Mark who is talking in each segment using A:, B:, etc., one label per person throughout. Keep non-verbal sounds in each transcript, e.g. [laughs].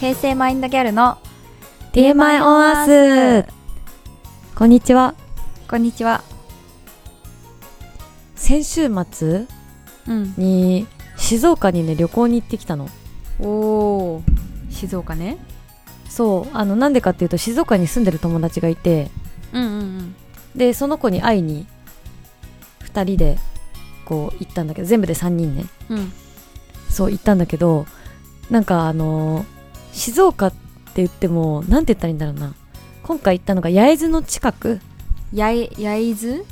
A: 平成マインドギャルの
B: TMI on Earth こんにちは
A: こんにちは
B: 先週末
A: うん
B: に静岡にね旅行に行ってきたの
A: おー静岡ね
B: そうあのなんでかっていうと静岡に住んでる友達がいて
A: うんうん
B: でその子に会いに2人でこう行ったんだけど全部で3人ね
A: うんうん
B: そう行ったんだけどなんかあのー静岡って言ってもなんて言ったらいいんだろうな今回行ったのが焼津の近く
A: やい焼津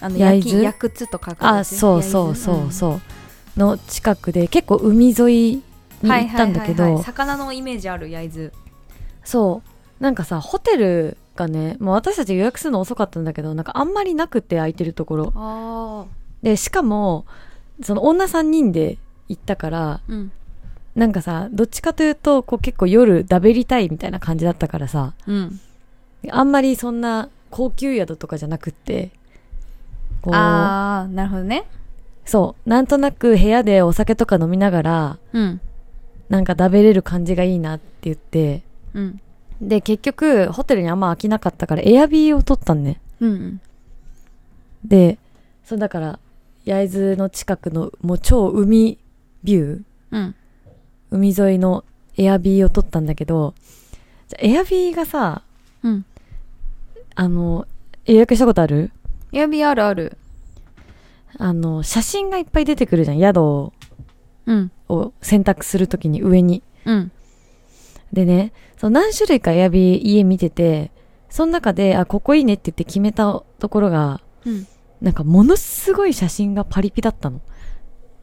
A: あの
B: 焼
A: 焼
B: 津
A: き焼津と書く
B: あそうそうそうそう、の近くで結構海沿いに行ったんだけど、
A: 魚のイメージある焼津
B: そうなんかさホテルがねもう私たち予約するの遅かったんだけどなんかあんまりなくて空いてるところ
A: あ
B: でしかもその女3人で行ったから
A: あうん
B: なんかさどっちかというとこう結構夜だべりたいみたいな感じだったからさ
A: うん
B: あんまりそんな高級宿とかじゃなくってこう
A: ああなるほどね
B: そうなんとなく部屋でお酒とか飲みながら
A: うん
B: なんか食べれる感じがいいなって言って
A: うん
B: で結局ホテルにあんま飽きなかったからエアビーを取ったんね
A: うん
B: でそうだから焼津の近くのもう超海ビュー
A: うん
B: 海沿いのエアビーを取ったんだけどじゃエアビーがさ
A: うん
B: あの予約したことある
A: 指あるある
B: あの写真がいっぱい出てくるじゃん宿を
A: うん
B: を選択するときに上に
A: うん
B: でね、その何種類かエアビー家見てて、その中で、あ、ここいいねって言って決めたところが、
A: うん
B: なんかものすごい写真がパリピだったの。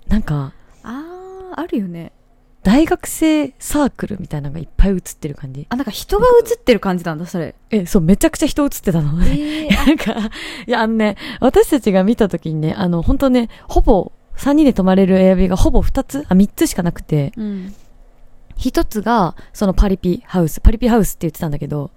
B: なんか、
A: あああるよね
B: 大学生サークルみたいなのがいっぱい写ってる感じ。
A: あなんか人が映ってる感じなんだそれ
B: え、そう、めちゃくちゃ人写ってたの。 [laughs] なん
A: ええ
B: か、いや、あのね、私たちが見た時にね、あの、本当ね、ほぼ、3人で泊まれるエアビーがほぼ2つあ、3つしかなくて、
A: うん
B: 一つが、そのパリピハウス。パリピハウスって言ってたんだけど、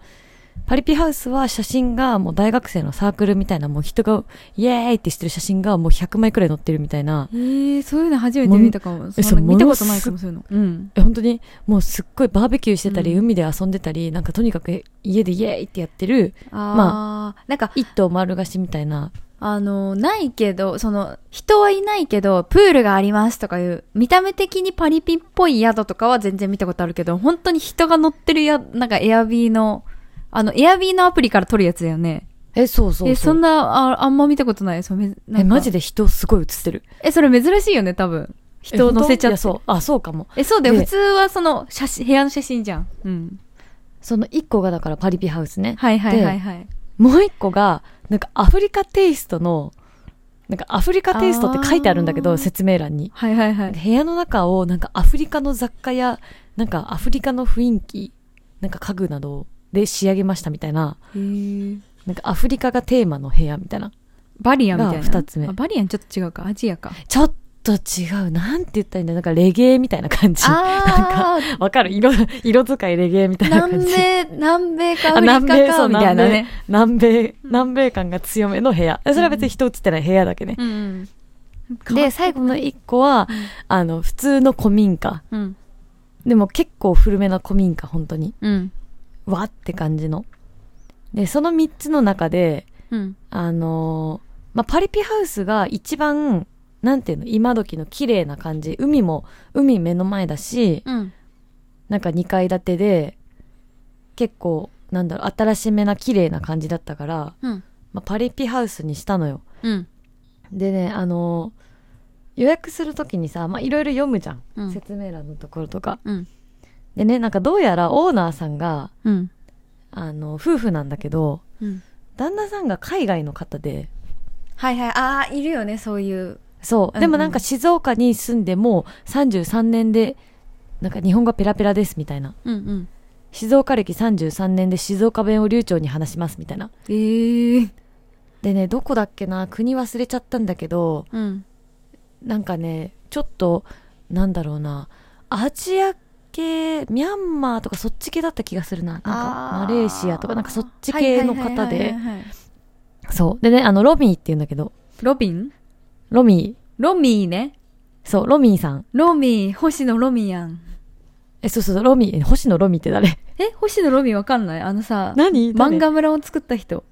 B: パリピハウスは写真がもう大学生のサークルみたいな、もう人がイエーイってしてる写真がもう100枚くらい載ってるみたいな、
A: えー、そういうの初めて見たかも。
B: え
A: そんな
B: そう
A: 見たことないかも、そういうの。うん。
B: え本当にもうすっごいバーベキューしてたり、
A: うん
B: 海で遊んでたり、なんかとにかく家でイエーイってやってる、
A: あー、まあ、なんか、
B: 一頭丸貸しみたいな、
A: あの、ないけど、その、人はいないけど、プールがありますとかいう、見た目的にパリピっぽい宿とかは全然見たことあるけど、本当に人が乗ってるや、なんかエアビーの、あの、エアビーのアプリから撮るやつだよね。
B: え、そうそうそう。
A: え、そんな、ああんま見たことない。そうめなんか
B: え、マジで人すごい写ってる。
A: え、それ珍しいよね、多分。人を乗せちゃ
B: え
A: っ
B: 本当いや
A: て。
B: そう。あ、そうかも。
A: え、そうだよ。
B: で
A: 普通はその、写真、部屋の写真じゃん。うん。
B: その一個がだからパリピハウスね。
A: はいはいはいはい。
B: もう一個が、なんかアフリカテイストの、なんかアフリカテイストって書いてあるんだけ
A: あー
B: ど、説明欄に。
A: はいはいはい。
B: 部屋の中をなんかアフリカの雑貨や、なんかアフリカの雰囲気、なんか家具などで仕上げましたみたいな、
A: へー
B: なんかアフリカがテーマの部屋みたいな。
A: バリアンみたいな。
B: が二つ目
A: あバリアンちょっと違うか。アジアか。
B: ちょっと違う。なんて言ったらいいんだよなんかレゲエみたいな感じ。
A: あー
B: わかる色、色使いレゲエみたいな感
A: 南
B: じ。
A: 米、南米かア
B: あ
A: フリ
B: 南
A: カ
B: 米、
A: か
B: そう、
A: みたい
B: 南
A: な
B: 米
A: ね。、
B: 南米、南米感が強めの部屋。それは別に人映ってない部屋だけね。
A: うんうん。
B: で、最後の一個は、あの、普通の古民家。
A: うん。
B: でも結構古めな古民家、本当に。
A: うん。
B: わって感じの。で、その3つの中で、
A: うん。
B: あのーまあ、パリピハウスが一番、なんていうの、今時の綺麗な感じ。海も、海目の前だし、
A: うん。
B: なんか2階建てで、結構、なんだろう、新しめな綺麗な感じだったから、
A: うん。
B: まあ、パリピハウスにしたのよ。
A: うん。
B: でね、あのー予約するときにさ、まあ、いろいろ読むじゃん。
A: うん
B: 説明欄のところとか。
A: うん。
B: でね、なんかどうやらオーナーさんが、
A: うん。
B: あの、夫婦なんだけど、
A: うん。
B: 旦那さんが海外の方で、
A: はいはい。ああ、いるよね、そういう。
B: そ
A: うん
B: う。でもなんか静岡に住んでもう33年で、なんか日本語ペラペラですみたいな。
A: うんうん。
B: 静岡歴33年で静岡弁を流暢に話しますみたいな。
A: ええ。
B: でね、どこだっけな国忘れちゃったんだけど、
A: うん。
B: なんかね、ちょっと、なんだろうな、アジア系、ミャンマーとかそっち系だった気がするな。なんかマレーシアとかなんかそっち系の方
A: はいはい
B: で
A: はい。はいはい。
B: そう。でね、あの、ロミーって言うんだけど、
A: ロビン
B: ロミー、
A: ロミーね。
B: そう、ロミーさん。
A: ロミー、星野ロミアン。
B: え、そうそうそう、ロミ、え星野ロミっ
A: [laughs]
B: て誰
A: え星野ロミわかんないあのさ、
B: 何
A: 漫画村を作った人。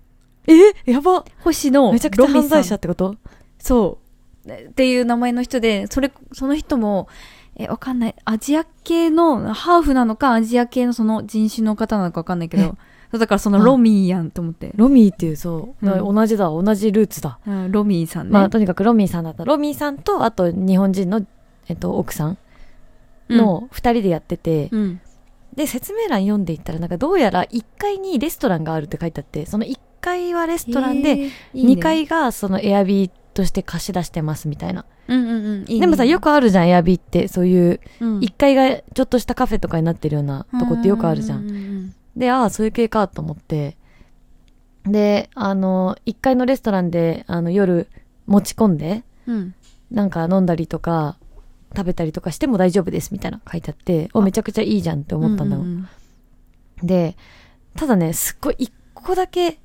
B: えやば
A: 星野ロミさん。
B: めちゃくちゃ犯罪者ってこと
A: そう。っていう名前の人で、それ、その人も、え、わかんない。アジア系の、ハーフなのか、アジア系のその人種の方なのかわかんないけど、だからそのロミーやんと思って。
B: ロミーっていう、そう、
A: うん
B: 同じだ、同じルーツだ。
A: うんロミーさんね。
B: まあ、とにかくロミーさんだった。ロミーさんと、あと日本人の、えっと、奥さんの二人でやってて、
A: うん、
B: で、説明欄読んでいったら、なんかどうやら1階にレストランがあるって書いてあって、その1階はレストラン
A: へ
B: で、
A: ー、いいね
B: 2、階がそのエアビーとして貸し出してますみたいな。
A: うんうんうん、いいね
B: でもさ、よ、くあるじゃん、エアビーって、そういう、
A: うん
B: 1階がちょっとしたカフェとかになってるようなとこってよくあるじゃ。
A: うんううん
B: で、ああ、そういう系かと思って。で、あの、1階のレストランで、あの、夜持ち込んで、
A: うんうん。
B: なんか飲んだりとか、食べたりとかしても大丈夫ですみたいな書いてあって、お、めちゃくちゃいいじゃんって思ったんだもん。
A: うん
B: で、ただね、すっごい一個だけ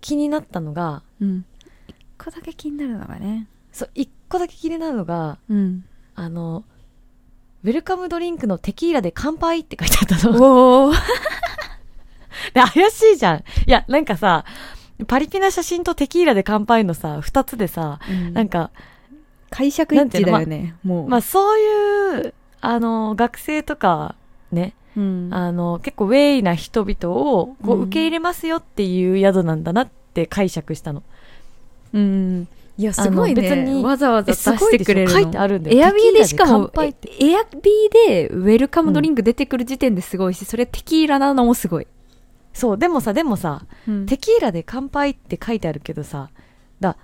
B: 気になったのが、
A: うんうん。一個だけ気になるのがね。
B: そう、一個だけ気になるのが、
A: うん。
B: あの、ウェルカムドリンクのテキーラで乾杯って書いてあったの。
A: [laughs] お [laughs] お。
B: で [laughs] 怪しいじゃん。いや、なんかさ、パリピな写真とテキーラで乾杯のさ、二つでさ、なんか、
A: 解釈一致だよね。もう。
B: まあそういう、あの、学生とか、ね、
A: うん
B: あの、結構ウェイな人々を、
A: う
B: こう、
A: ん
B: 受け入れますよっていう宿なんだなって解釈したの。
A: うん。いや、
B: あの
A: すごいね。
B: 別に
A: わざわざ
B: え
A: 出
B: すご
A: して
B: いでしょ
A: くれるの。
B: 書いてあるんだよ
A: エアビーでしかも
B: テキーラで乾杯っ、
A: えエアビーでウェルカムドリンク出てくる時点ですごいし、それテキーラなのもすごい。
B: そう、でもさ、でもさ、テキーラで乾杯って書いてあるけどさ、だ、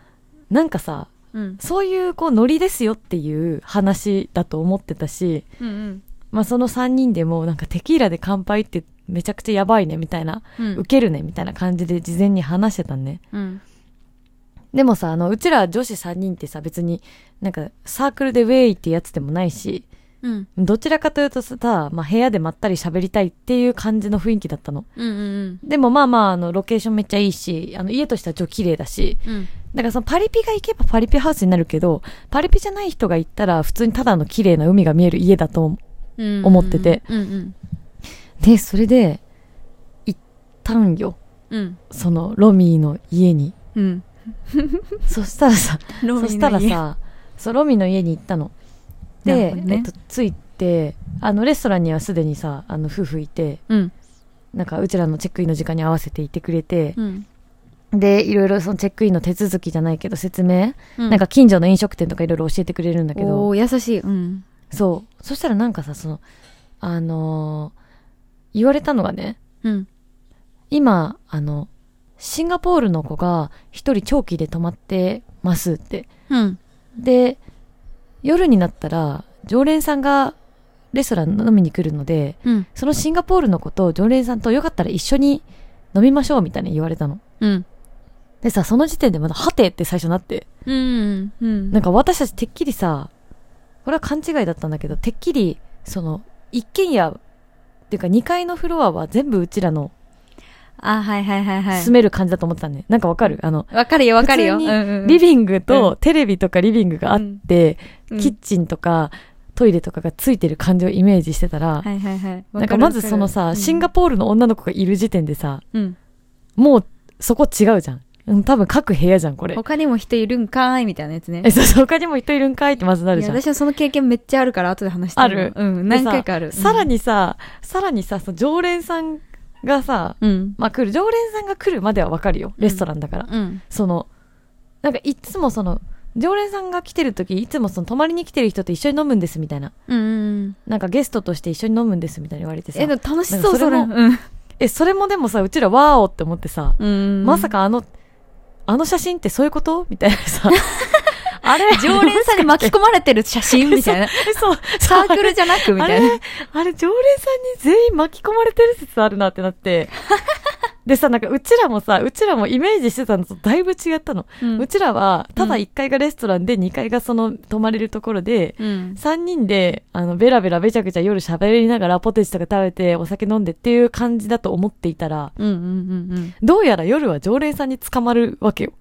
B: なんかさ、
A: うん。
B: そういうこうノリですよっていう話だと思ってたし、
A: うん
B: まあその3人でもなんかテキーラで乾杯ってめちゃくちゃやばいねみたいな、
A: うん
B: ウケるねみたいな感じで事前に話してたね。
A: うん。
B: でもさ、あの、うちら女子3人ってさ、別になんかサークルでウェイってやつでもないし、
A: うん。
B: どちらかというとさ、まあ部屋でまったり喋りたいっていう感じの雰囲気だったの。
A: うんうん
B: でもまあまあ、あの、ロケーションめっちゃいいし、あの、家としては超綺麗だし、
A: うん。
B: だからそのパリピが行けばパリピハウスになるけど、パリピじゃない人が行ったら普通にただの綺麗な海が見える家だと思
A: うん。
B: 思ってて
A: うんうん。
B: う。で、それで、行ったんよ。
A: うん。
B: そのロミーの家に。
A: うん。
B: そしたらさ、
A: ロ
B: そ
A: ミーの家
B: したら、さ、そう、ロミーの家に行ったの。
A: なる
B: で、
A: ほどね
B: えっと、着いて、あの、レストランにはすでにさ、あの、夫婦いて、
A: うん。
B: なんか、うちらのチェックインの時間に合わせていてくれて、
A: うん。
B: で、いろいろそのチェックインの手続きじゃないけど、説明、
A: な
B: なんか、近所の飲食店とかいろいろ教えてくれるんだけど、
A: おー優しい。うん。
B: そう。そしたらなんかさ、その、あのー言われたのがね、
A: うん。
B: 今、あの、シンガポールの子が一人長期で泊まってますって。
A: うん。
B: で、夜になったら、常連さんがレストラン飲みに来るので、
A: うん。
B: そのシンガポールの子と常連さんとよかったら一緒に飲みましょうみたいに言われたの。
A: うん。
B: でさ、その時点でまだ、はてって最初なって。
A: うん。うん。
B: なんか私たちてっきりさ、これは勘違いだったんだけど、てっきり、その、一軒家、っていうか2階のフロアは全部うちらの
A: あ、はいはいはいはい
B: 住。める感じだと思ってたね。なんかわかるあの、
A: わかるよわかるよ。
B: 普通に
A: うんうん
B: リビングとテレビとかリビングがあって、
A: うん
B: キッチンとかトイレとかがついてる感じをイメージしてた
A: は
B: ら、
A: いはいはい。
B: なんかまずそのさ、シンガ
A: ポ
B: ポールの女の子がいる時点でさ、
A: ール。うん。
B: もうそこ違うじゃん。うん多分各部屋じゃん、これ。
A: 他にも人いるんかーいみたいなやつね。
B: え、そうそう、他にも人いるんかいってまずないるじ
A: や
B: ゃん。
A: 私はその経験めっちゃあるから後で話して
B: ある
A: うん。何回かある。
B: でささら
A: に。
B: にさ、さらにさ、その常連さんがさ、
A: うん。
B: まあ来る、常連さんが来るまではわかるよ。レストランだから。
A: うん。
B: その、なんかいつもその、常連さんが来てる時いつもその泊まりに来てる人と一緒に飲むんですみたいな。
A: うんうん。
B: なんかゲストとして一緒に飲むんですみたいに言われてさ
A: え、。でも楽し
B: なん
A: そう、
B: か
A: そ
B: そ
A: れ。
B: れ
A: う
B: も
A: ん
B: え、それもでもさ、うちらわーおって思ってさ、
A: うん。
B: まさ。かあの、あの写真ってそういうことみたいな
A: [laughs]
B: さ。あれ
A: 常連さんに巻き込まれてる写真みた [laughs] いな。
B: そう、
A: サークルじゃなくみたいな。
B: あれ、あれ常連さんに全員巻き込まれてる説あるなってな
A: [laughs]
B: って。でさ、なんかうちらもさ、うちらもイメージしてたのとだいぶ違ったの。
A: う
B: うんちらは、ただ1階がレストランで2階がその泊まれるところで、
A: うん。
B: 3人で、あの、ベラベラべちゃくちゃ夜喋りながらポテチとか食べてお酒飲んでっていう感じだと思っていたら、
A: うんうんうんうん。
B: どうやら夜は常連さんに捕まるわけよ。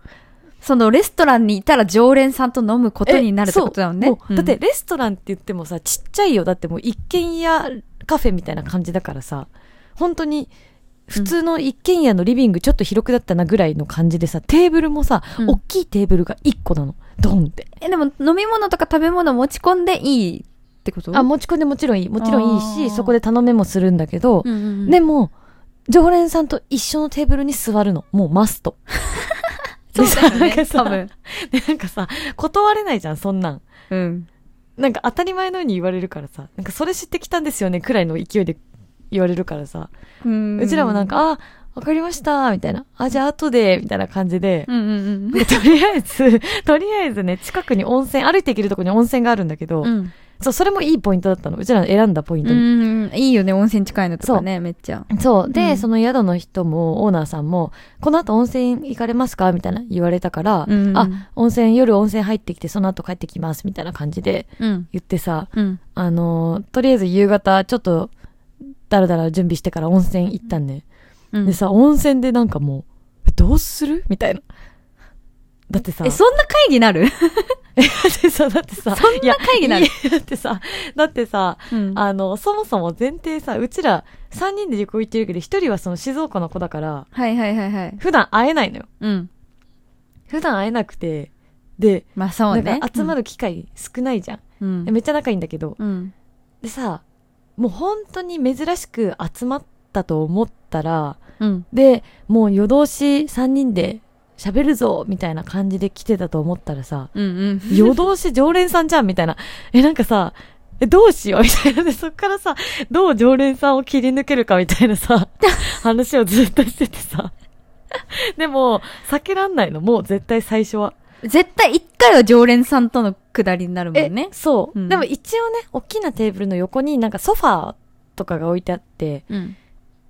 A: そのレストランにいたら常連さんと飲むことになるってことだもん
B: え
A: ね
B: そう。もうだってレストランって言ってもさ、ちっちゃいよ。だってもう一軒家カフェみたいな感じだからさ、本当に、普通の一軒家のリビングちょっと広くだったなぐらいの感じでさ、テーブルもさ、
A: うん
B: 大きいテーブルが1個なの。ドンって。
A: え、でも飲み物とか食べ物持ち込んでいいってこと
B: あ、持ち込んでもちろんいい。もちろんい
A: あ
B: い
A: ー
B: し、そこで頼めもするんだけど、
A: うんうんうん
B: でも、常連さんと一緒のテーブルに座るの。もうマス [laughs] ト。
A: そうだ [laughs] よね、
B: でなんかさ
A: 多分。
B: で、なんかさ、断れないじゃん、そんなん。
A: うん。
B: なんか当たり前のように言われるからさ、なんかそれ知ってきたんですよね、くらいの勢いで言われるからさ、
A: う
B: うんちらもなん、か、あ、わかりました、みたいな。あ、じゃあ後で、みたいな感じで、
A: うんうん
B: でとりあえず、 [laughs] とりあえずね、近くに温泉、歩いて行けるとこに温泉があるんだけど、
A: うん。うん
B: そう、それもいいポイントだったの。うちらの選んだポイントに。
A: うん。いいよね、温泉近いのとかね、めっちゃ。
B: そう。で、
A: うん
B: その宿の人も、オーナーさんも、この後温泉行かれますかみたいな言われたから、
A: うん
B: あ、温泉、夜温泉入ってきて、その後帰ってきます、みたいな感じで
A: うん。
B: 言ってさ、
A: うん。
B: あのーとりあえず夕方、ちょっと、だらだら準備してから温泉行ったんね。
A: うん
B: でさ、温泉でなんかもう、えどうするみたいな。だってさ、
A: え、そんな会議なる
B: だ [laughs] ってさ、だってさ、
A: そんない
B: や
A: 会議なる
B: いやだってさ、だってさ、
A: うん
B: あの、そもそも前提さ、うちら3人で旅行行ってるけど、1人はその静岡の子だから、
A: はいはいはいはい。
B: 普段会えないのよ。
A: うん。
B: 普段会えなくて、で、
A: まあそう
B: な
A: ね
B: んか。集まる機会少ないじゃん。
A: うん。
B: でめっちゃ仲いいんだけど、
A: うん。
B: でさ、もう本当に珍しく集まったと思ったら、
A: うん。
B: で、もう夜通し3人で喋るぞみたいな感じで来てたと思ったら [laughs] さ、
A: うんうん。
B: 夜通し常連さんじゃんみたいな。え、なんかさ、え、どうしようみたいな。で、そっからさ、どう常連さんを切り抜けるかみたいな [laughs] さ、話をずっとしててさ。でも、避けらんないの、もう絶対最初は。
A: 絶対一回は常連さんとのくだりになるもんね。
B: そう、
A: うん
B: でも一応ね、大きなテーブルの横になんかソファーとかが置いてあって、
A: うん。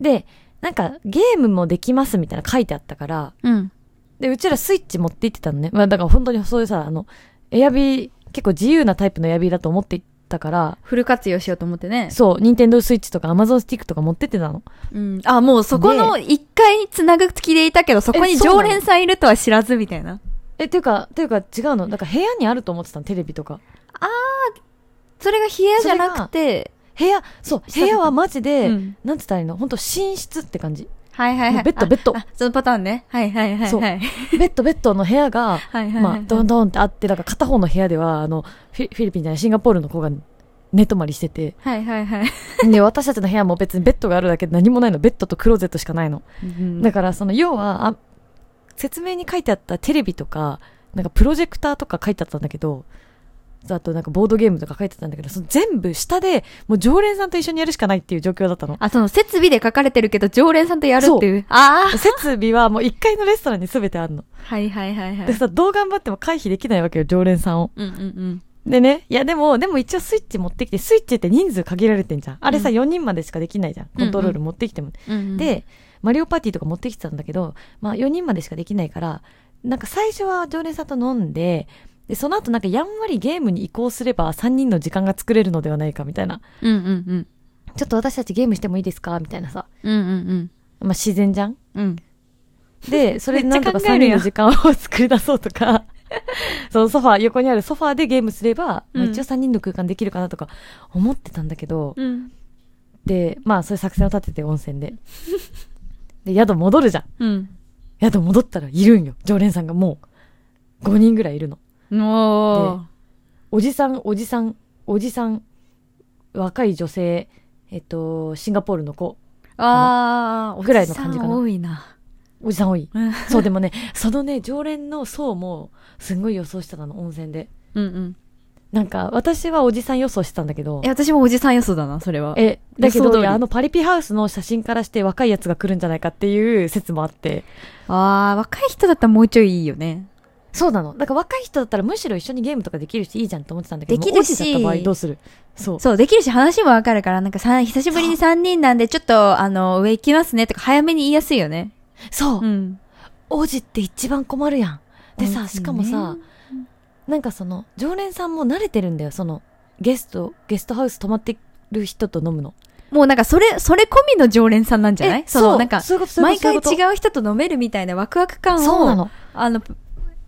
B: で、なんかゲームもできますみたいな書いてあったから、
A: うん。
B: で、うちらスイッチ持って行ってたのね。まあだから本当にそういうさ、あの、エアビー、結構自由なタイプのエアビーだと思って行ったから、
A: フル活用しようと思ってね。
B: そう、ニンテンドースイッチとかアマゾンスティックとか持ってってたの。
A: うん。あ、もうそこの一回つなぐ気でいたけど、そこに
B: えそう
A: 常
B: なの
A: 連さんいるとは知らずみたいな。
B: え、っていうか、っていうか違うの。だから部屋にあると思ってたの、テレビとか。
A: それが部屋じゃなくて、
B: 部屋、そう、
A: 下
B: 部屋はマジで、
A: うん
B: なんつったらいいの本当寝室って感じ。
A: はいはいは
B: も
A: い。
B: うベッ
A: あ
B: ドベッド
A: あ、そのパターンね。はいはいはい
B: そう
A: はい。
B: ベッド、ベッドの部屋が、
A: はいはい
B: ま
A: は
B: あ、
A: い。
B: どんどんってあって、だから片方の部屋では、あの、フィフィリピンじゃない、シンガポールの子が寝泊まりしてて、
A: はいはいはい。
B: で、私たちの部屋も別にベッドがあるだけで何もないの、ベッドとクローゼットしかないの。だから、その、要は、あ、説明に書いてあったテレビとか、なんかプロジェクターとか書いてあったんだけど、あとなんかボードゲームとか書いてあったんだけど、その全部下で、もう常連さんと一緒にやるしかないっていう状況だっ
A: [laughs]
B: たの。
A: あ、その設備で書かれてるけど、常連さんとやるっていう。ああ。
B: 設備はもう1階のレストランに全てあるの。
A: はいはいはいは
B: で
A: い。
B: さ、どう頑張っても回避できないわけよ、常連さんを。
A: うんうんうん。
B: でね、いやでも、でも一応スイッチ持ってきて、スイッチって人数限られてんじゃん。あれさ、
A: うん
B: 4人までしかできないじゃん。コントロール持ってきても。
A: うんうん、
B: で、マリオパーティーとか持ってきてたんだけど、まあ4人までしかできないから、なんか最初は常連さんと飲んで、で、その後なんかやんわりゲームに移行すれば3人の時間が作れるのではないかみたいな。
A: うんうんうん。
B: ちょっと私たちゲームしてもいいですかみたいなさ。
A: うんうん
B: まあ自然じゃん
A: うん。うん。 [laughs]
B: で、それでなんと
A: め
B: か
A: っちゃ考
B: 3
A: える
B: 人
A: やん
B: の時間を作り出そうとか、 [laughs] そのソファー、横にあるソファーでゲームすれば、まあ
A: うん
B: 一応3人の空間できるかなとか思ってたんだけど、
A: うん。
B: で、まあそういう作戦を立てて温
A: [laughs]
B: 泉で。で、宿戻るじゃん。
A: うん。
B: 宿戻ったらいるんよ。常連さんがもう、5人ぐらいいるの。
A: お
B: おじさん、おじさん、おじさん、若い女性、えっと、シンガポールの子、
A: ー。ああ、
B: ぐらいの感じかな
A: おさん多いな。
B: おじさん多い。
A: うん
B: そう、でもね、 [laughs] そのね、常連の層も、すんごい予想してたの、温泉で。
A: うん。
B: なんか、私はおじさん予想してたんだけど
A: え、、私もおじさん予想だな、それは。
B: え、だけ
A: 予想通
B: ど、
A: り
B: いやあのパリピハウスの写真からして若いやつが来るんじゃないかっていう説もあって。
A: ああ、若い人だったらもうちょいいいよね。
B: そうなの。だから若い人だったらむしろ一緒にゲームとかできるしいいじゃんと思ってたんだけど、
A: できるし
B: もうおじだった場合どうするそう。
A: そう、できるし話もわかるから、なんかさ、久しぶりに3人なんで、ちょっと、あの、上行きますねとか早めに言いやすいよね。
B: そう。
A: ん。
B: 王子って一番困るやん。で
A: 王子ね
B: さ、しかもさ、なんかその、常連さんも慣れてるんだよ。その、ゲスト、ゲストハウス泊まってる人と飲むの。
A: もうなんか、それ、それ込みの常連さんなんじゃない
B: え
A: その、なんか、
B: そういうことそういう
A: 毎
B: ことそ
A: 回
B: う
A: 違
B: いうこと
A: う人と飲めるみたいなワクワク感
B: そうな
A: を、
B: の。
A: あの、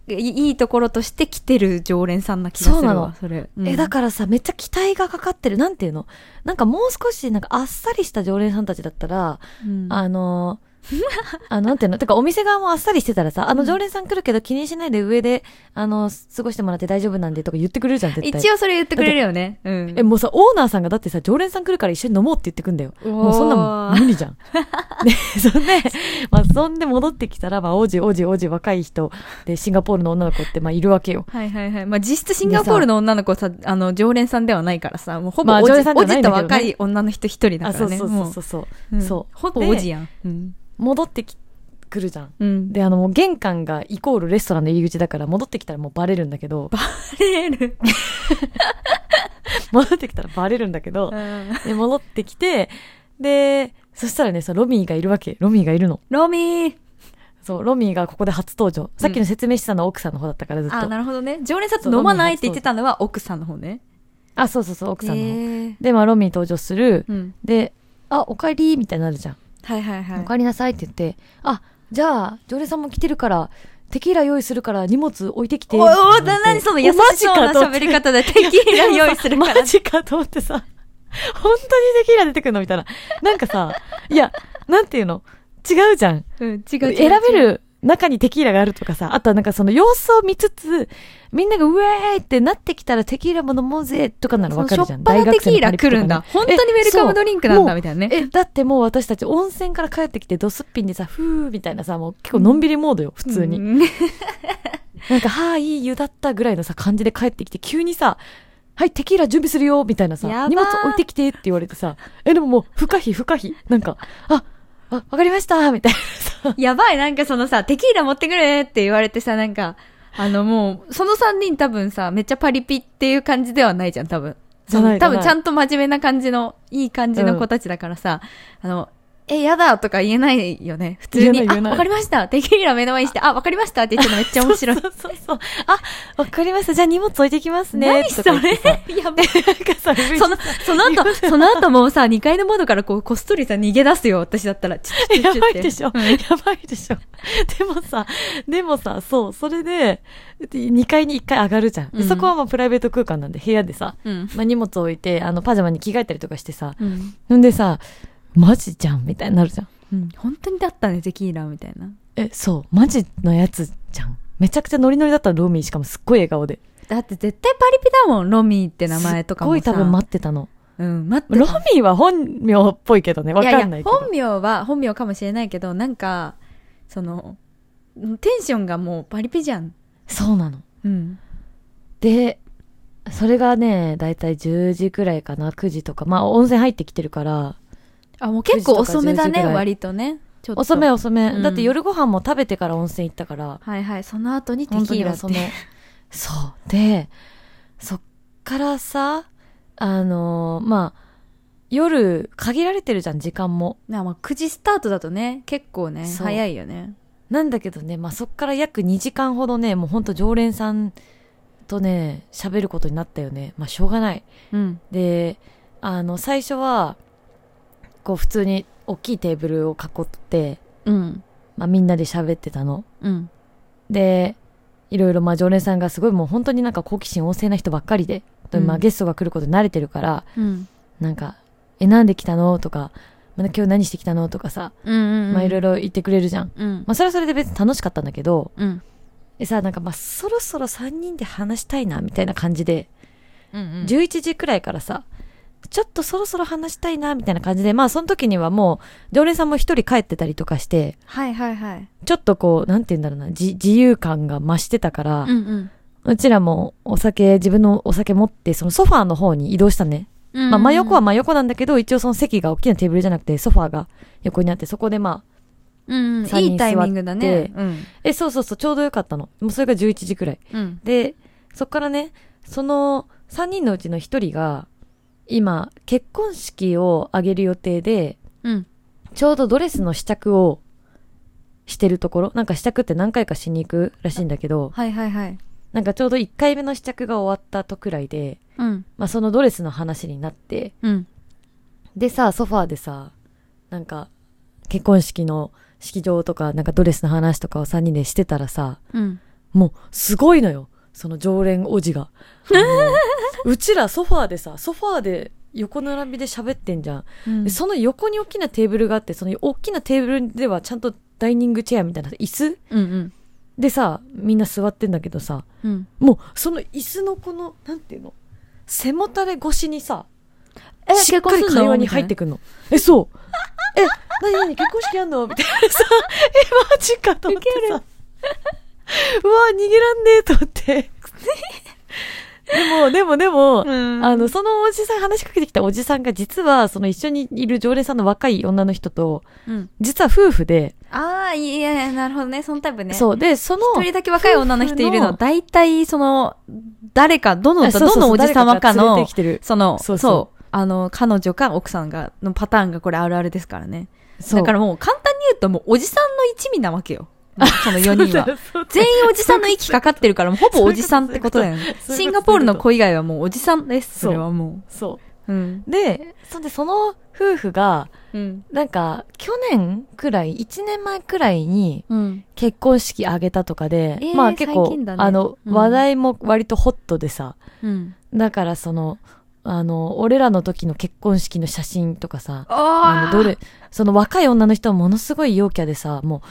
A: いいいところとして来てる常連さんな気がする
B: そうな
A: わ
B: の
A: それ、
B: え、だ
A: か
B: からさ、めっちゃ期待がかかってる。なんていうのなんかもう少し、なんかあっさりした常連さんたちだったら、
A: ら、うん
B: あのーあの、なんていうのてかお店側もあっさりしてたらさ、あの常連さん来るけど気にしないで上で、あの、過ごしてもらって大丈夫なんでとか言ってくれるじゃん、絶対。
A: 一応それ言ってくれるよねうん
B: え、もうさ、オーナーさんがだってさ、常連さん来るから一緒に飲もうって言ってくんだよ。
A: おー
B: もうそんなん無
A: [laughs]
B: 理じゃん。で、そんで、まあ、そんで戻ってきたら、まあ、王子、王子、王子、若い人で、シンガポールの女の子って、まあ、いるわけよ。
A: はいはいはい。まあ、実質シンガポールの女の子さ、あの、常連さんではないからさ、もうほぼ
B: まあ
A: おじ、
B: 常連さんじ
A: お
B: ゃない
A: じ
B: ん
A: と
B: だけどね
A: 若い女の人一人だ
B: あ、
A: か
B: そ
A: ら
B: う
A: ね。
B: そう
A: も
B: そうそう。
A: ん
B: そう
A: ほぼ
B: で
A: おじやん。うん。
B: 戻ってきくるじゃん。
A: うん。
B: で、あの、もう玄関がイコールレストランの入り口だから、戻ってきたらもうバレるんだ
A: [laughs]
B: けど、
A: レる。
B: 戻ってきたらバレるんだけど、で、戻ってきて、で、そしたらね、さ、ロミーがいるわけ。ロミーがいるの。
A: ロミー
B: そう、ロミーがここで初登場。さっきの説明してたのは奥さんの方だったから、ずっと。
A: あ、なるほどね。常連さん
B: そ
A: と
B: う
A: 飲まないって言ってたのは奥さんの方ね。
B: あ、そうそうそう、奥さんの方。
A: へー
B: で、まあ、ロミー登場する。
A: うん。
B: で、あ、お帰りみたいになるじゃん。
A: はいはいはい
B: お。帰りなさいって言って、あ、じゃあ、常連さんも来てるから、テキーラ用意するから荷物置いてきて。
A: おお、な、なにその優しそうな
B: おマジかと思っ
A: 喋
B: て
A: り方でテキーラ用意するか
B: マ
A: ら。
B: ジかと思ってさ、本当にテキーラ出てくるのみたいな。なんかさ、いや、なんていうの違うじゃん。
A: うん、違う違う違う
B: 選べ。る中にテキーラがあるとかさ、あとはなんかその様子を見つつ、みんながウェーイってなってきたらテキーラも飲もうぜとかなのわかるじ
A: その
B: ゃん。
A: しょっぱなテキーラ
B: 大学生のパリピとかね
A: 来るんだ本当にウェルカムドリンクなんだみたいなね
B: えそうもうえ、だってもう私たち温泉から帰ってきてドスッピンでさ、ふーみたいなさ、もう結構のんびりモードよ、普通に。
A: うん。
B: なんか、はーい、湯だったぐらいのさ、感じで帰ってきて、急にさ、はい、テキーラ準備するよ、みたいなさ
A: やば、ー
B: 荷物置いてきてって言われてさ、え、でももう、不可避、不可避。なんか、あ、あ、わかりました、みたいなさ、
A: やばい、なんかそのさ、テキーラ持ってくれって言われてさ、なんか、あのもう、その3人多分さ、めっちゃパリピっていう感じではないじゃん、多分。
B: じゃない
A: 多
B: じゃ
A: 分
B: ない
A: ちゃんと真面目な感じの、いい感じの子たちだからさ、あの、え、やだとか言えないよね。普通
B: 言え
A: に、
B: ない言え
A: あ、
B: ない
A: わかりました。テキーラ目の前にして、あ、わかりましたって言ってるのめっちゃ面白い。
B: そうそうそう。あ、わかりました、じゃあ荷物置いてきます [laughs] ね、
A: 何そ
B: とか
A: れ
B: 言ってさ。
A: や
B: [laughs]
A: ばい。
B: なんかさ、
A: その、その
B: [laughs]
A: 後、その後もうさ、2階の窓からこう、こっそりさ、逃げ出すよ、私だったら。ちょちょ
B: [laughs] や
A: ちょ
B: ば
A: ちょっ
B: い
A: て
B: でしょ、やばいでしょ。でもさ、でもさ、そう、それで、2階に1回上がるじゃん。で
A: うん
B: そこはまあプライベート空間なんで、部屋でさ、
A: うん。
B: まあ、荷物置いて、あの、パジャマに着替えたりとかしてさ、
A: うん。
B: ほんでさ、マジじゃんみたいになるじゃん。
A: うん。本当にだったね、テキーラみたいな。
B: え、そう、マジのやつじゃん。めちゃくちゃノリノリだったのロミーしかもすっごい笑顔で。
A: だって絶対パリピだもん、ロミーって名前とかもさ。
B: すっごい多分待ってたの。
A: うん、待って
B: ロ
A: た。
B: ミーは本名っぽいけどね、わかんないけど。
A: やいや、本名は本名かもしれないけど、なんか、その、テンションがもうパリピじゃん。
B: そうなの。
A: うん。
B: で、それがね、だいたい10時くらいかな、9時とか。まあ、温泉入ってきてるから、
A: あ、もう結構
B: 9時とか
A: 遅めだ
B: 10時
A: ね、
B: ぐらい
A: 割とね。ちょっと
B: 遅め。遅め、
A: うん
B: だって夜ご飯も食べてから温泉行ったから、
A: はいはい、その後にテ
B: 本当
A: キ
B: に
A: ーラって
B: 遅。め。そう。で、そっからさ、あのーまあ、夜、限られてるじゃん、時間も。
A: なまあ、9時スタートだとね、結構ね、
B: そう
A: 早いよね。
B: なんだけどね、まあ、そっから約2時間ほどね、もうほんと常連さんとね、喋ることになったよね。まあ、しょうがない。
A: うん。
B: で、あの、最初は、こう、普通に大きいテーブルを囲って、
A: うん。
B: まあ、みんなで喋ってたの。
A: うん。
B: で、いろいろ、まあ、常連さんがすごいもう本当になんか好奇心旺盛な人ばっかりで、
A: うん
B: まあ、ゲストが来ることに慣れてるから、
A: うん。
B: なんか、え、なんで来たのとか、まあ、今日何してきたのとかさ、
A: うん。
B: まあ、いろい
A: ろ。
B: ろ言ってくれるじゃん。
A: うん。
B: まあ、それはそれで別に楽しかったんだけど、
A: うん。
B: でさ、なんかまあ、そろそろ3人で話したいな、みたいな感じで、
A: うん
B: 11時くらいからさ、ちょっとそろそろ話したいな、みたいな感じで、まあ、その時にはもう、常連さんも一人帰ってたりとかして、
A: はいはいはい。
B: ちょっとこう、なんて言うんだろうな、じ自由感が増してたから、
A: うんうん。
B: うちらもお酒、自分のお酒持って、そのソファーの方に移動したね。
A: ま
B: まあ、真横は、真横なんだけど、一応その席が大きなテーブルじゃなくて、ソファーが横にあって、そこでまあ、
A: うんうん、
B: 三人座って
A: いいタイミングだね。うん。
B: え、そうそうそう、ちょうどよかったの。もうそれが11時くらい。
A: うん。
B: で、そっからね、その3人のうちの1人が、今、結婚式を挙げる予定で、
A: うん。
B: ちょうどドレスの試着をしてるところ、なんか試着って何回かしに行くらしいんだけど、
A: はいはいはい。
B: なんかちょうど1回目の試着が終わったとくらいで、
A: うん。
B: まあそのドレスの話になって、
A: うん。
B: でさ、ソファーでさ、なんか、結婚式の式場とか、なんかドレスの話とかを3人でしてたらさ、
A: うん。
B: もう、すごいのよ。その常連おじが。
A: [laughs]
B: あのうちらソファーでさ、ソファーで横並びで喋ってんじゃん。
A: うん
B: でその横に大きなテーブルがあって、その大きなテーブルではちゃんとダイニングチェアみたいな椅子
A: うんうん
B: でさ、みんな座ってんだけどさ、
A: うん
B: もうその椅子のこの、なんていうの背もたれ越しにさ、
A: え
B: しっかり会話に入ってくんの。え、そう。え、何何結婚式やんのみたい [laughs] なさ、え、マジかと思ってさ。うわ、逃げらんねえと思って。でも、でも、でも、
A: うん
B: あの、そのおじさん、話しかけてきたおじさんが、実は、その一緒にいる常連さんの若い女の人と、
A: うん
B: 実は夫婦で、
A: ああいやいやなるほどねそのタイプね
B: そう、で、その、
A: 一人だけ若い女の人いる
B: 夫婦
A: の
B: の
A: 大体その誰かどの
B: あそうそう
A: ど
B: そう
A: のおじ様か
B: 誰が連れ
A: の
B: てきてる
A: その
B: そ
A: そうう
B: そう
A: あの彼女か奥さんがのパターンがこれあるあるですからね
B: そう
A: だ
B: [laughs]
A: からもう簡単に言うともうおじさんの一味なわけよその4人 [laughs] は
B: そうだそうだ
A: 全員おじさんの息かかってる [laughs] から、もうほぼおじさんってことだよ
B: そういう
A: ね
B: こと。そういうこと
A: シンガポールの子以外はもうおじさんです。
B: そ
A: そ
B: う
A: れはも。
B: そう
A: うん。
B: う。で、そんで、その夫婦が、
A: うん。
B: なんか、去年くらい、1年前くらいに、
A: うん。
B: 結婚式あげたとかで、
A: えー
B: まあ結構、
A: 最近だね
B: あの、
A: うん
B: 話題も割とホットでさ、
A: うん。
B: だからその、あの、俺らの時の結婚式の写真とかさ、あ
A: あ
B: の、どれ、その若い女の人はものすごい陽キャでさ、も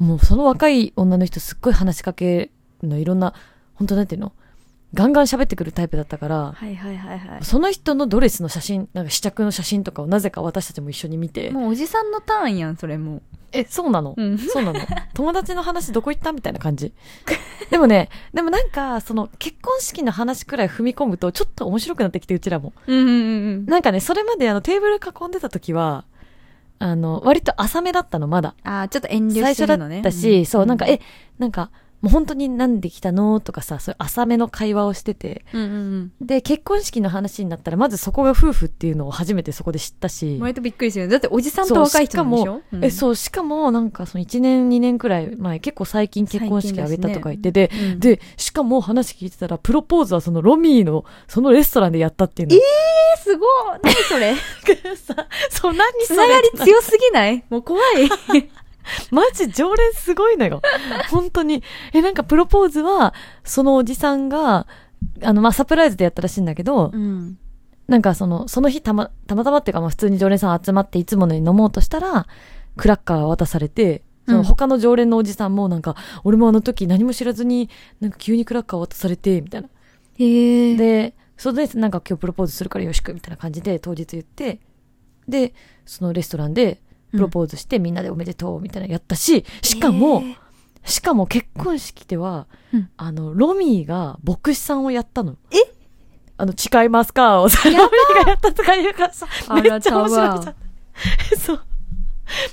B: う、もうその若い女の人すっごい話しかけのいろんな、本当なんていうのガンガン喋ってくるタイプだったから、
A: はいはいはいは
B: その人のドレスの写真、なんか試着の写真とかをなぜか私たちも一緒に見て、
A: もうおじさんのターンやん、それもう。
B: え、そうなの、
A: うん
B: そうなの。友達の話どこ行ったみたいな感じ。でもね、でもなんか、その結婚式の話くらい踏み込むとちょっと面白くなってきて、うちらも。
A: うんうんうん。
B: なんかね、それまであのテーブル囲んでた時は、あの、割と浅めだったの、まだ。
A: ああ、ちょっと遠慮し
B: 最
A: て
B: 初だ
A: るのね。
B: ったし、そう、なんか、え、なんか、もう本当になんで来たのとかさ、そういう浅めの会話をしてて。
A: うんうん
B: で、結婚式の話になったら、まずそこが夫婦っていうのを初めてそこで知った
A: う
B: し
A: ん。。割とびっくりするよねだっておじさんと若い人なんでしょ
B: そうしかもえ、そう、しかも、なんかその1年、2年くらい前、結構最近結婚式あげたとか言ってて、
A: うん。うん、
B: でしかも話聞いてたら、プロポーズはそのロミーの、そのレストランでやったっていうの。
A: え、すごい。何そ [laughs] れ
B: えさ、そう、何
A: つながり強すぎないもう [laughs] 怖い。
B: [laughs] マジ常連すごいのよ。本当に。え、なんかプロポーズは、そのおじさんが、あの、まあ、サプライズでやったらしいんだけど、
A: ん。
B: なんかその、その日たま、たまたまっていうか、まあ、普通に常連さん集まっていつものように飲もうとしたら、クラッカー渡されて、その
A: うん
B: 他の常連のおじさんもなんか、俺もあの時何も知らずに、なんか急にクラッカー渡されて、みたいな。
A: へえ。
B: で、それでなんか今日プロポーズするからよろしく、みたいな感じで当日言って、で、そのレストランで、プロポーズしてみんなでおめでとう、みたいなのやったし、しかも、
A: えー
B: しかも結婚式では、
A: うん
B: あの、ロミーが牧師さんをやったの。
A: え
B: あの、誓いますかをさ、ロミ
A: やば
B: ーがやったとか言うからさ、め
A: あ
B: っちゃ
A: ら
B: 面白いじゃん。え [laughs] そう。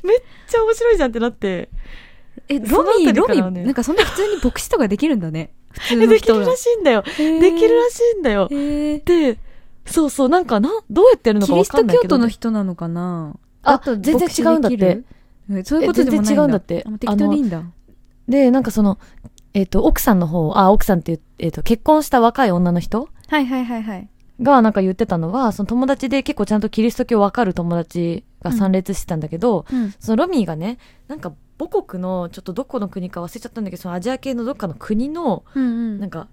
B: めっちゃ面白いじゃんってなって。
A: え、
B: その
A: ロ
B: あ
A: ミ
B: た
A: ー、
B: りからは
A: ロ
B: ね
A: ミー、なんかそんな普通に牧師とかできるんだね。普通
B: [laughs] え、
A: の
B: でき
A: 人
B: るらしいんだよ。
A: い
B: [laughs] できるらしいんだよ。
A: へえ。
B: で、そうそう、なんかな、どうやってやるの
A: キ
B: か
A: リ
B: わ
A: ス
B: か
A: ト
B: んない
A: 教
B: けど。
A: 徒の人なのかな
B: あ
A: だと
B: 全然違うんだ
A: 牧
B: って
A: 師できる。えそういうことでもないんだ。
B: え全然違うんだって
A: あもう適当でいいんだ。
B: で、なんかその、えっ、と、奥さんの方、あ、奥さんっていう、えっ、と、結婚した若い女の人
A: はいはいはいはい。
B: がなんか言ってたのは、その友達で結構ちゃんとキリスト教わかる友達が参列してたんだけど、
A: うん。
B: そのロミーがね、なんか母国の、ちょっとどこの国か忘れちゃったんだけど、そのアジア系のどっかの国の、
A: うん
B: なんか、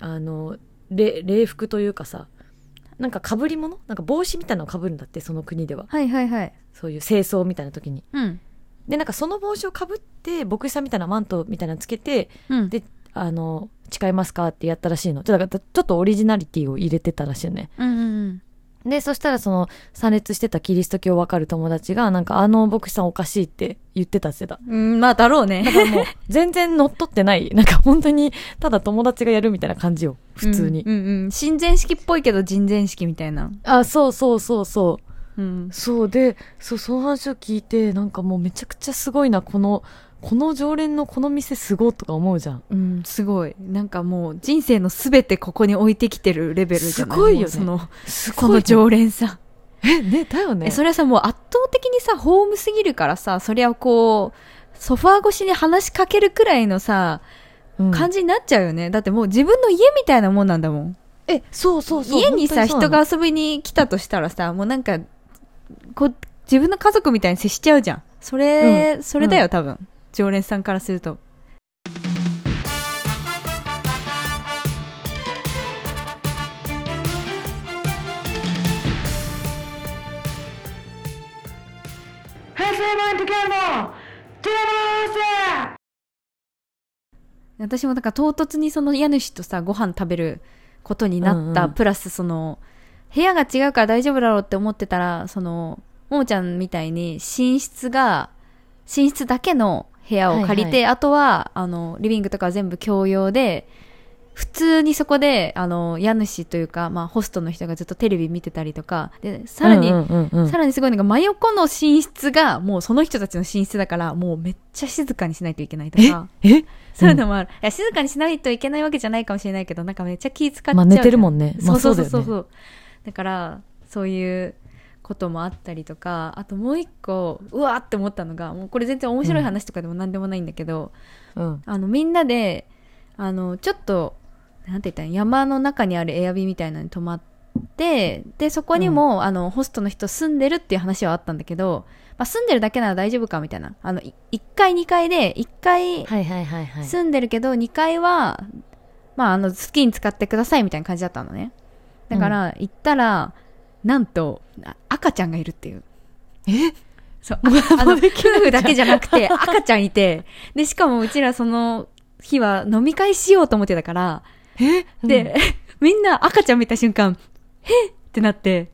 B: あの、れ礼服というかさ、なんか被り物なんか帽子みたいなのを被るんだって、その国では。
A: はいはいはい。
B: そういう清掃みたいな時に。
A: うん。
B: で、なんかその帽子を被って、牧師さんみたいなマントみたいなのつけて、
A: うん。
B: で、あの、誓いますかってやったらしいの。ちょっとだからちょっとオリジナリティを入れてたらしいよね。
A: うんうん
B: で、そしたらその参列してたキリスト教わかる友達が、なんかあの牧師さんおかしいって言ってたって言ってた。
A: うん。うん、まあ、だろうね。
B: だから
A: [laughs]
B: もう全然乗っ取ってない。なんか本当にただ友達がやるみたいな感じよ。普通に。
A: うんうんうん。神前式っぽいけど、人前式みたいな。
B: あ、そうそうそうそう。
A: うん。
B: そうで、そう、その話を聞いて、なんかもうめちゃくちゃすごいな、この、この常連のこの店すごいとか思うじゃん。
A: うん、すごい。なんかもう、人生のすべてここに置いてきてるレベルじゃない
B: すごいよね
A: もうその、
B: す
A: この常連さん。
B: え、ね、だよね。
A: えそれはさもう圧倒的にさホームすぎるからさそりゃこうソファー越しに話しかけるくらいのさ、
B: うん
A: 感じになっちゃうよねだってもう自分の家みたいなもんなんだもん
B: え、そうそうそう。
A: 家にさ
B: 本当
A: 人
B: そうなの
A: が遊びに来たとしたらさもうなんかこう自分の家族みたいに接しちゃうじゃんそれ、それだよ多分常連さんからすると
C: 平成版時計のテーマー
A: 私もなんか唐突にその家主とさご飯食べることになった、
B: うんうん
A: プラスその部屋が違うから大丈夫だろうって思ってたらそのももちゃんみたいに寝室が寝室だけの部屋を借りて、
B: はい
A: あとはあのリビングとかは全部共用で普通にそこであの家主というか、まあ、ホストの人がずっとテレビ見てたりとかでさらに、
B: うんうんうんうん
A: さらにすごいのが真横の寝室がもうその人たちの寝室だからもうめっちゃ静かにしないといけないとか。
B: え
A: そういうのもある。いや、静かにしないといけないわけじゃないかもしれないけど、なんかめっちゃ気使っちゃう。
B: まあ寝てるもんねま
A: そ
B: あ
A: うそうそうそ。
B: そううだ
A: だから、そういうこともあったりとか、あともう一個、うわーって思ったのが、もうこれ全然面白い話とかでも何でもないんだけど、
B: うん
A: あの、みんなで、あの、ちょっと、なんて言ったら山の中にあるエアビーみたいなのに泊まって、で、そこにも、あの、ホストの人住んでるっていう話はあったんだけど、まあ、住んでるだけなら大丈夫かみたいな。あの、い1階2階で、1階、
B: はいはいはいはい
A: 住んでるけど2階は、まあ、あの好きに使ってくださいみたいな感じだったのねだから行ったら、なんとあ赤ちゃんがいるっていう
B: え
A: そう
B: [laughs]
A: ああの夫婦だけじゃなくて赤ちゃんいてでしかもうちらその日は飲み会しようと思ってたから
B: え
A: で、 [laughs] みんな赤ちゃん見た瞬間えっってなって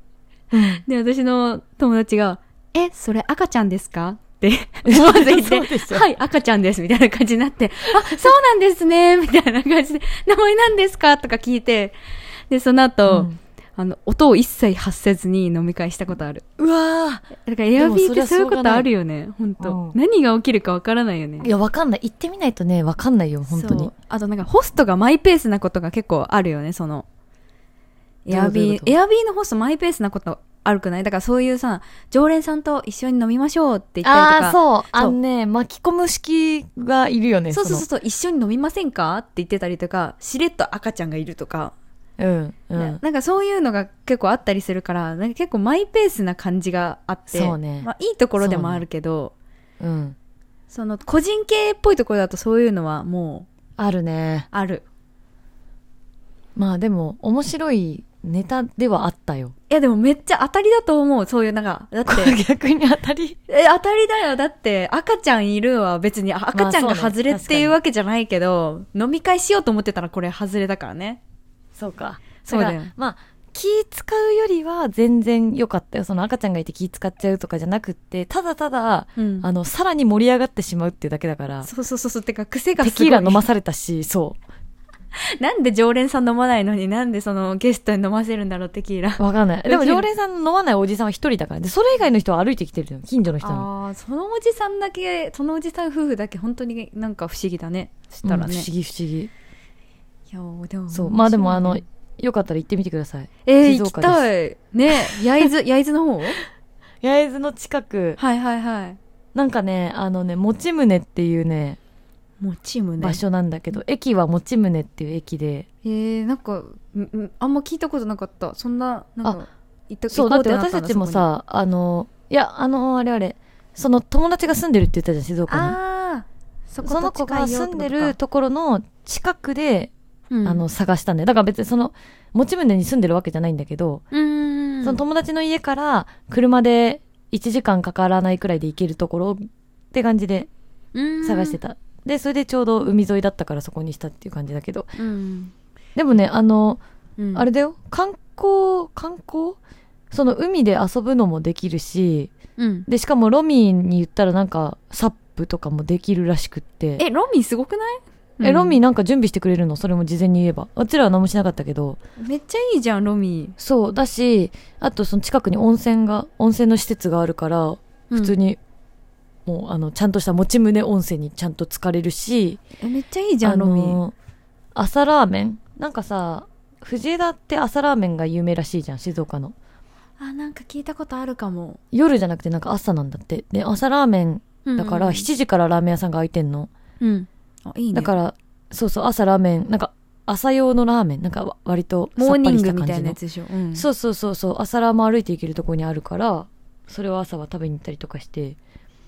B: うん
A: で私の友達が「えそれ赤ちゃんですか?」って
B: [laughs]
A: 思わず言って
B: そうで
A: 「
B: しょ
A: はい赤ちゃんです」みたいな感じになって「あそうなんですね」みたいな感じで「名前なんですか?」とか聞いてでその後、
B: うん
A: あの音を一切発せずに飲み会したことある
B: うわ
A: だからエアビーっ
B: で
A: て
B: も
A: そ
B: そ
A: いう
B: うれはしょ
A: こ
B: うが
A: と
B: ない
A: あるよね本当、
B: うん
A: 何が起きるかわからないよね
B: ーいやわかんない行ってみないとねわかんないよ本当
A: そ
B: に
A: うあとなんかホストがマイペースなことが結構あるよねそのエ
B: どういう
A: ア
B: こと
A: ビーエアビーのホストマイペースなことあるくないだからそういうさ常連さんと一緒に飲みましょうって言ったりと
B: あ
A: か
B: あそうあのね巻き込む式がいるよね
A: そうそうそう
B: そ
A: そう一緒に飲みませんかって言ってたりとかしれっと赤ちゃんがいるとか、
B: のうんう
A: ね
B: ん
A: なんかそういうのが結構あったりするからなんか結構マイペースな感じがあって
B: そうね
A: まあ、いいところでもあるけど
B: うん
A: そ,、の個人系っぽいところだとそういうのはもう
B: あるね
A: ある
B: まあでも面白いネタではあったよ
A: いやでもめっちゃ当たりだと思うそういうなんかだって
B: [laughs] 逆に当たり
A: え、当たりだよ。だって、赤ちゃんいるは別に、あ赤ちゃんが
B: そうね
A: 外れっていう
B: 確かに
A: わけじゃないけど、飲み会しようと思ってたらこれ外れだからね。
B: そうか
A: そうだよ
B: からまあ気使うよりは全然良かったよその赤ちゃんがいて気使っちゃうとかじゃなくってただただ、
A: うん
B: あのさらに盛り上がってしまうっていうだけだから
A: そうそうそうそう。てか、癖が
B: テ
A: す
B: キ
A: ごい。
B: ーラ飲まされたしそ
A: [laughs] なんで常連さん飲まないのになんでそのゲストに飲ませるんだろう、テキーラ。
B: うわかんないでも
A: テキーラ
B: 常連さんの飲まないおじさんは一人だからでそれ以外の人は歩いてきてるの近所の人の
A: ああ、そのおじさんだけ、そのおじさん夫婦だけ本当になんか不思議だね。
B: う
A: し
B: ん
A: た
B: 不
A: ら
B: 思
A: ね。
B: 議不思議
A: いやでも。
B: そうまあでもあの
A: 面白いね
B: よかったら行ってみてください
A: えー、
B: 静
A: 行き
B: 岡です
A: たい。
B: [laughs]
A: ね、焼津、焼津の方
B: 焼津の近く
A: はいはいはい。
B: なんかねあのね用宗っていうね
A: もうチームね。
B: 場所なんだけど、駅は用宗っていう駅で
A: えー、なんかんんあんま聞いたことなかったそんななんか行った
B: そう
A: 行
B: だ
A: こ
B: って
A: な
B: 私
A: ん
B: たち
A: そこ
B: も
A: に
B: さあのいやあのあれあれその友達が住んでるって言ったじゃん静岡に
A: ああそ
B: その
A: こと
B: 子
A: 近いよ
B: が住んで
A: って
B: る
A: こと
B: ころの近くで、
A: かうん
B: あの探したんでだから別にその用宗に住んでるわけじゃないんだけど、
A: うーん
B: その友達の家から車で1時間かからないくらいで行けるところって感じで探して
A: た、
B: た、でそれでちょうど海沿いだったからそこにしたっていう感じだけど
A: うん
B: でもねあの
A: うん
B: あれだよ観光観光その海で遊ぶのもできるし
A: うん
B: でしかもロミーに言ったらなんかサップとかもできるらしくって
A: えロミーすごくない
B: えロミー
A: ー
B: なんか準備してくれるのそれも事前に言えばうちらは何もしなかったけど
A: めっちゃいいじゃんロミ
B: そうだしあとその近くに温泉が温泉の施設があるから
A: ー
B: 普通、に、もうあのちゃんとしたもち胸温泉にちゃんと浸かれるし
A: うんえめっちゃいいじゃん、
B: あの
A: ロミー
B: 朝ラーメンなんかさ藤枝って朝ラーメンが有名らしいじゃん静岡の
A: あなんか聞いたことあるかも
B: 夜じゃなくてなんか朝なんだってで朝ラーメンだから7時からラーメン屋さんが開いてんの、
A: うん、うん、あいいね
B: だからそうそう朝ラーメンなんか朝用のラーメンなんかわ割とさ
A: モ
B: っ
A: ー
B: ぱ
A: ニ
B: り
A: ン
B: し
A: グ
B: た
A: み
B: 感
A: た
B: じ
A: いなや
B: の
A: つでしょ、うん、
B: そうそうそうそう朝ラーも歩いて行けるところにあるからそれを朝は食べに行ったりとかして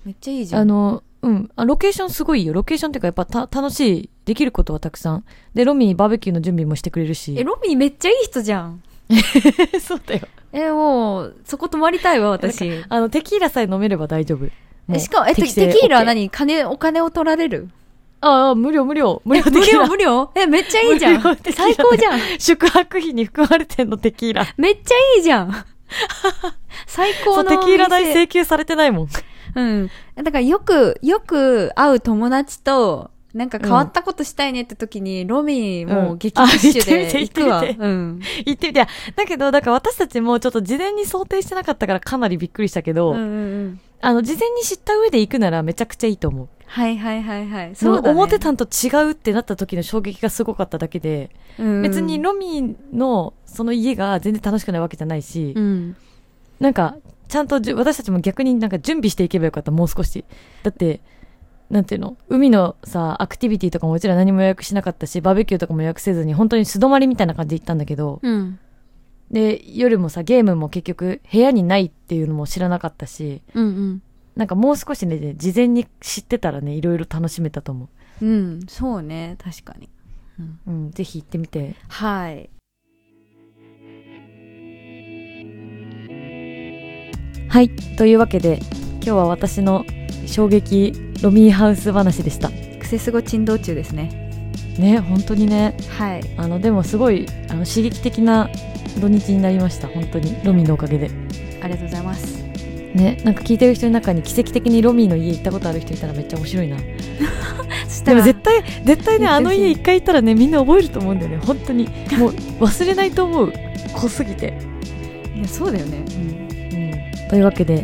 A: めっちゃいいじゃん
B: あのうんあロケーションすごいよロケーションっていうかやっぱた楽しいできることはたくさんでロミーバーベキューの準備もしてくれるし
A: えロミーめっちゃいい人じゃん
B: [laughs] そうだよ
A: えもうそこ泊まりたいわ私
B: あのテキーラさえ飲めれば大丈夫もう
A: えしかも、えっと、テ
B: 適正
A: キーラは
B: OK
A: 何金、お金を取られる
B: ああ、無料無料。
A: 無
B: 無料テキー
A: 料、
B: ラ。
A: 無料え、めっちゃいいじゃん
B: 無料テキーラ
A: 最高じゃん
B: 宿泊費に含まれてんのテキーラ。
A: めっちゃいいじゃん [laughs] 最
B: そ
A: 高
B: う、
A: のお
B: テ
A: 店
B: キーラ代請求されてないもん。 [laughs]
A: うん。だからよく、よく会う友達と、なんか変わったことしたいねって時に、ロミーもう激
B: うん
A: ム
B: あ
A: ッシュ
B: 行っ
A: で
B: てみ
A: 行
B: て
A: くわ。
B: 行ってみて
A: うん。
B: 言ってみて。いやだけど、だから私たちもちょっと事前に想定してなかったからかなりびっくりしたけど、
A: うんうんうん。
B: あの、事前に知った上で行くならめちゃくちゃいいと思う。
A: はいはいはいはい。
B: そ
A: そううだ、ね。
B: 思ってたんと違うってなった時の衝撃がすごかっただけで、
A: うんうん
B: 別にロミのその家が全然楽しくないわけじゃないし、
A: うん。
B: なんか、ちゃんとじゅ私たちも逆になんか準備していけばよかった、もう少し。だって、なんていうの海のさ、アクティビティとかもうちら何も予約しなかったし、バーベキューとかも予約せずに、本当に素泊まりみたいな感じで行ったんだけど、
A: うん。
B: で、夜もさ、ゲームも結局部屋にないっていうのも知らなかったし、
A: うんうん。
B: なんかもう少しね、事前に知ってたらね、いろいろ楽しめたと思
A: うん。そうね。確かに。
B: う。うん、ぜひ行ってみて。
A: はい。
B: はい、というわけで、今日は私の衝撃ロミーハウス話でした。
A: クセスゴ珍道中ですね。
B: ね、本当にね、
A: はい。
B: あのでもすごいあの刺激的な土日になりました本当にロミーのおかげで
A: ありがとうございます。
B: ねなんか聞いてる人の中に奇跡的にロミーの家行ったことある人いたらめっちゃ面白いなで
A: そした
B: も
A: ら、
B: 絶対絶対ね
A: 言ってほしい
B: あの家一回行ったらねみんな覚えると思うんだよね本当に
A: [laughs]
B: もう忘れないと思う濃すぎて、
A: いやそうだよね。
B: というわけで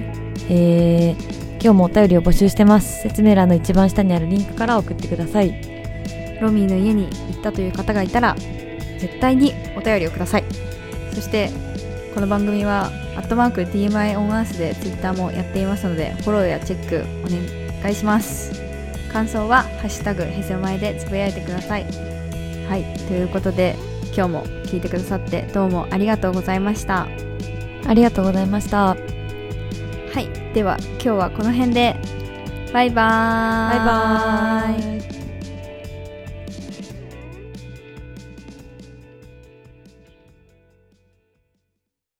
B: えー今日もお便りを募集してます説明欄の一番下にあるリンクから送ってください
A: うん。ロミーの家に行ったという方がいたら、絶対にお便りをください。そして、この番組は、アットマーク DMI オンアースで Twitter もやっていますので、フォローやチェックお願いします。感想は、ハッシュタグ、へせまいでつぶやいてください。はい。ということで、今日も聞いてくださって、どうもありがとうございました。
B: ありがとうございましたバイ
A: はい、では今日はこの辺でバイバーイ
B: バーイ